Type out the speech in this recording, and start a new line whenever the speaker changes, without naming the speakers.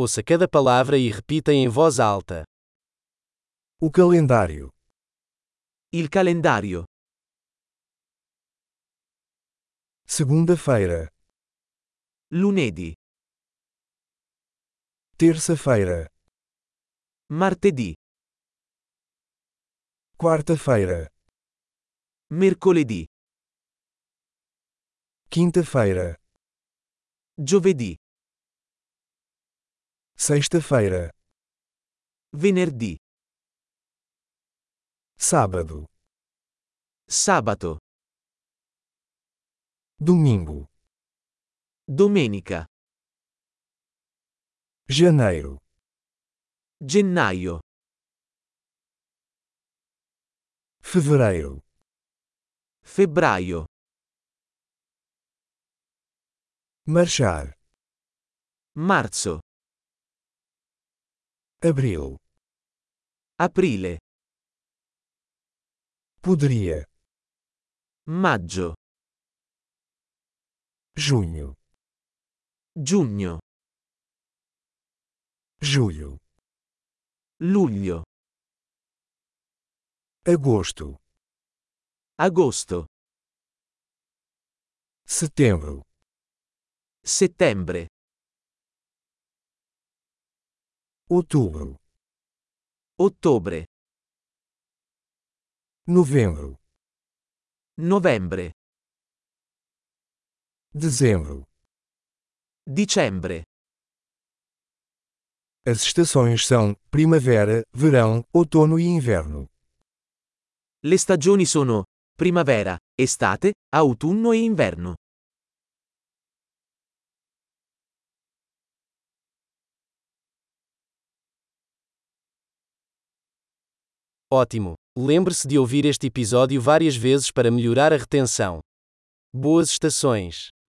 Ouça cada palavra e repita em voz alta.
O calendário.
Il calendario.
Segunda-feira.
Lunedì.
Terça-feira.
Martedì.
Quarta-feira.
Mercoledì.
Quinta-feira.
Giovedì.
Sexta-feira.
Venerdì.
Sábado.
Sabato.
Domingo.
Domenica.
Janeiro.
Gennaio.
Fevereiro.
Febbraio.
Marchar.
Marzo.
Abril.
Aprile.
Poderia.
Maggio.
Junho.
Giugno.
Julho.
Luglio.
Agosto.
Agosto.
Setembro.
Settembre.
Outubro.
Ottobre.
Novembro.
Novembre.
Dezembro.
Dicembre.
As estações são primavera, verão, outono e inverno.
Le stagioni sono primavera, estate, autunno e inverno.
Ótimo! Lembre-se de ouvir este episódio várias vezes para melhorar a retenção. Boas estações!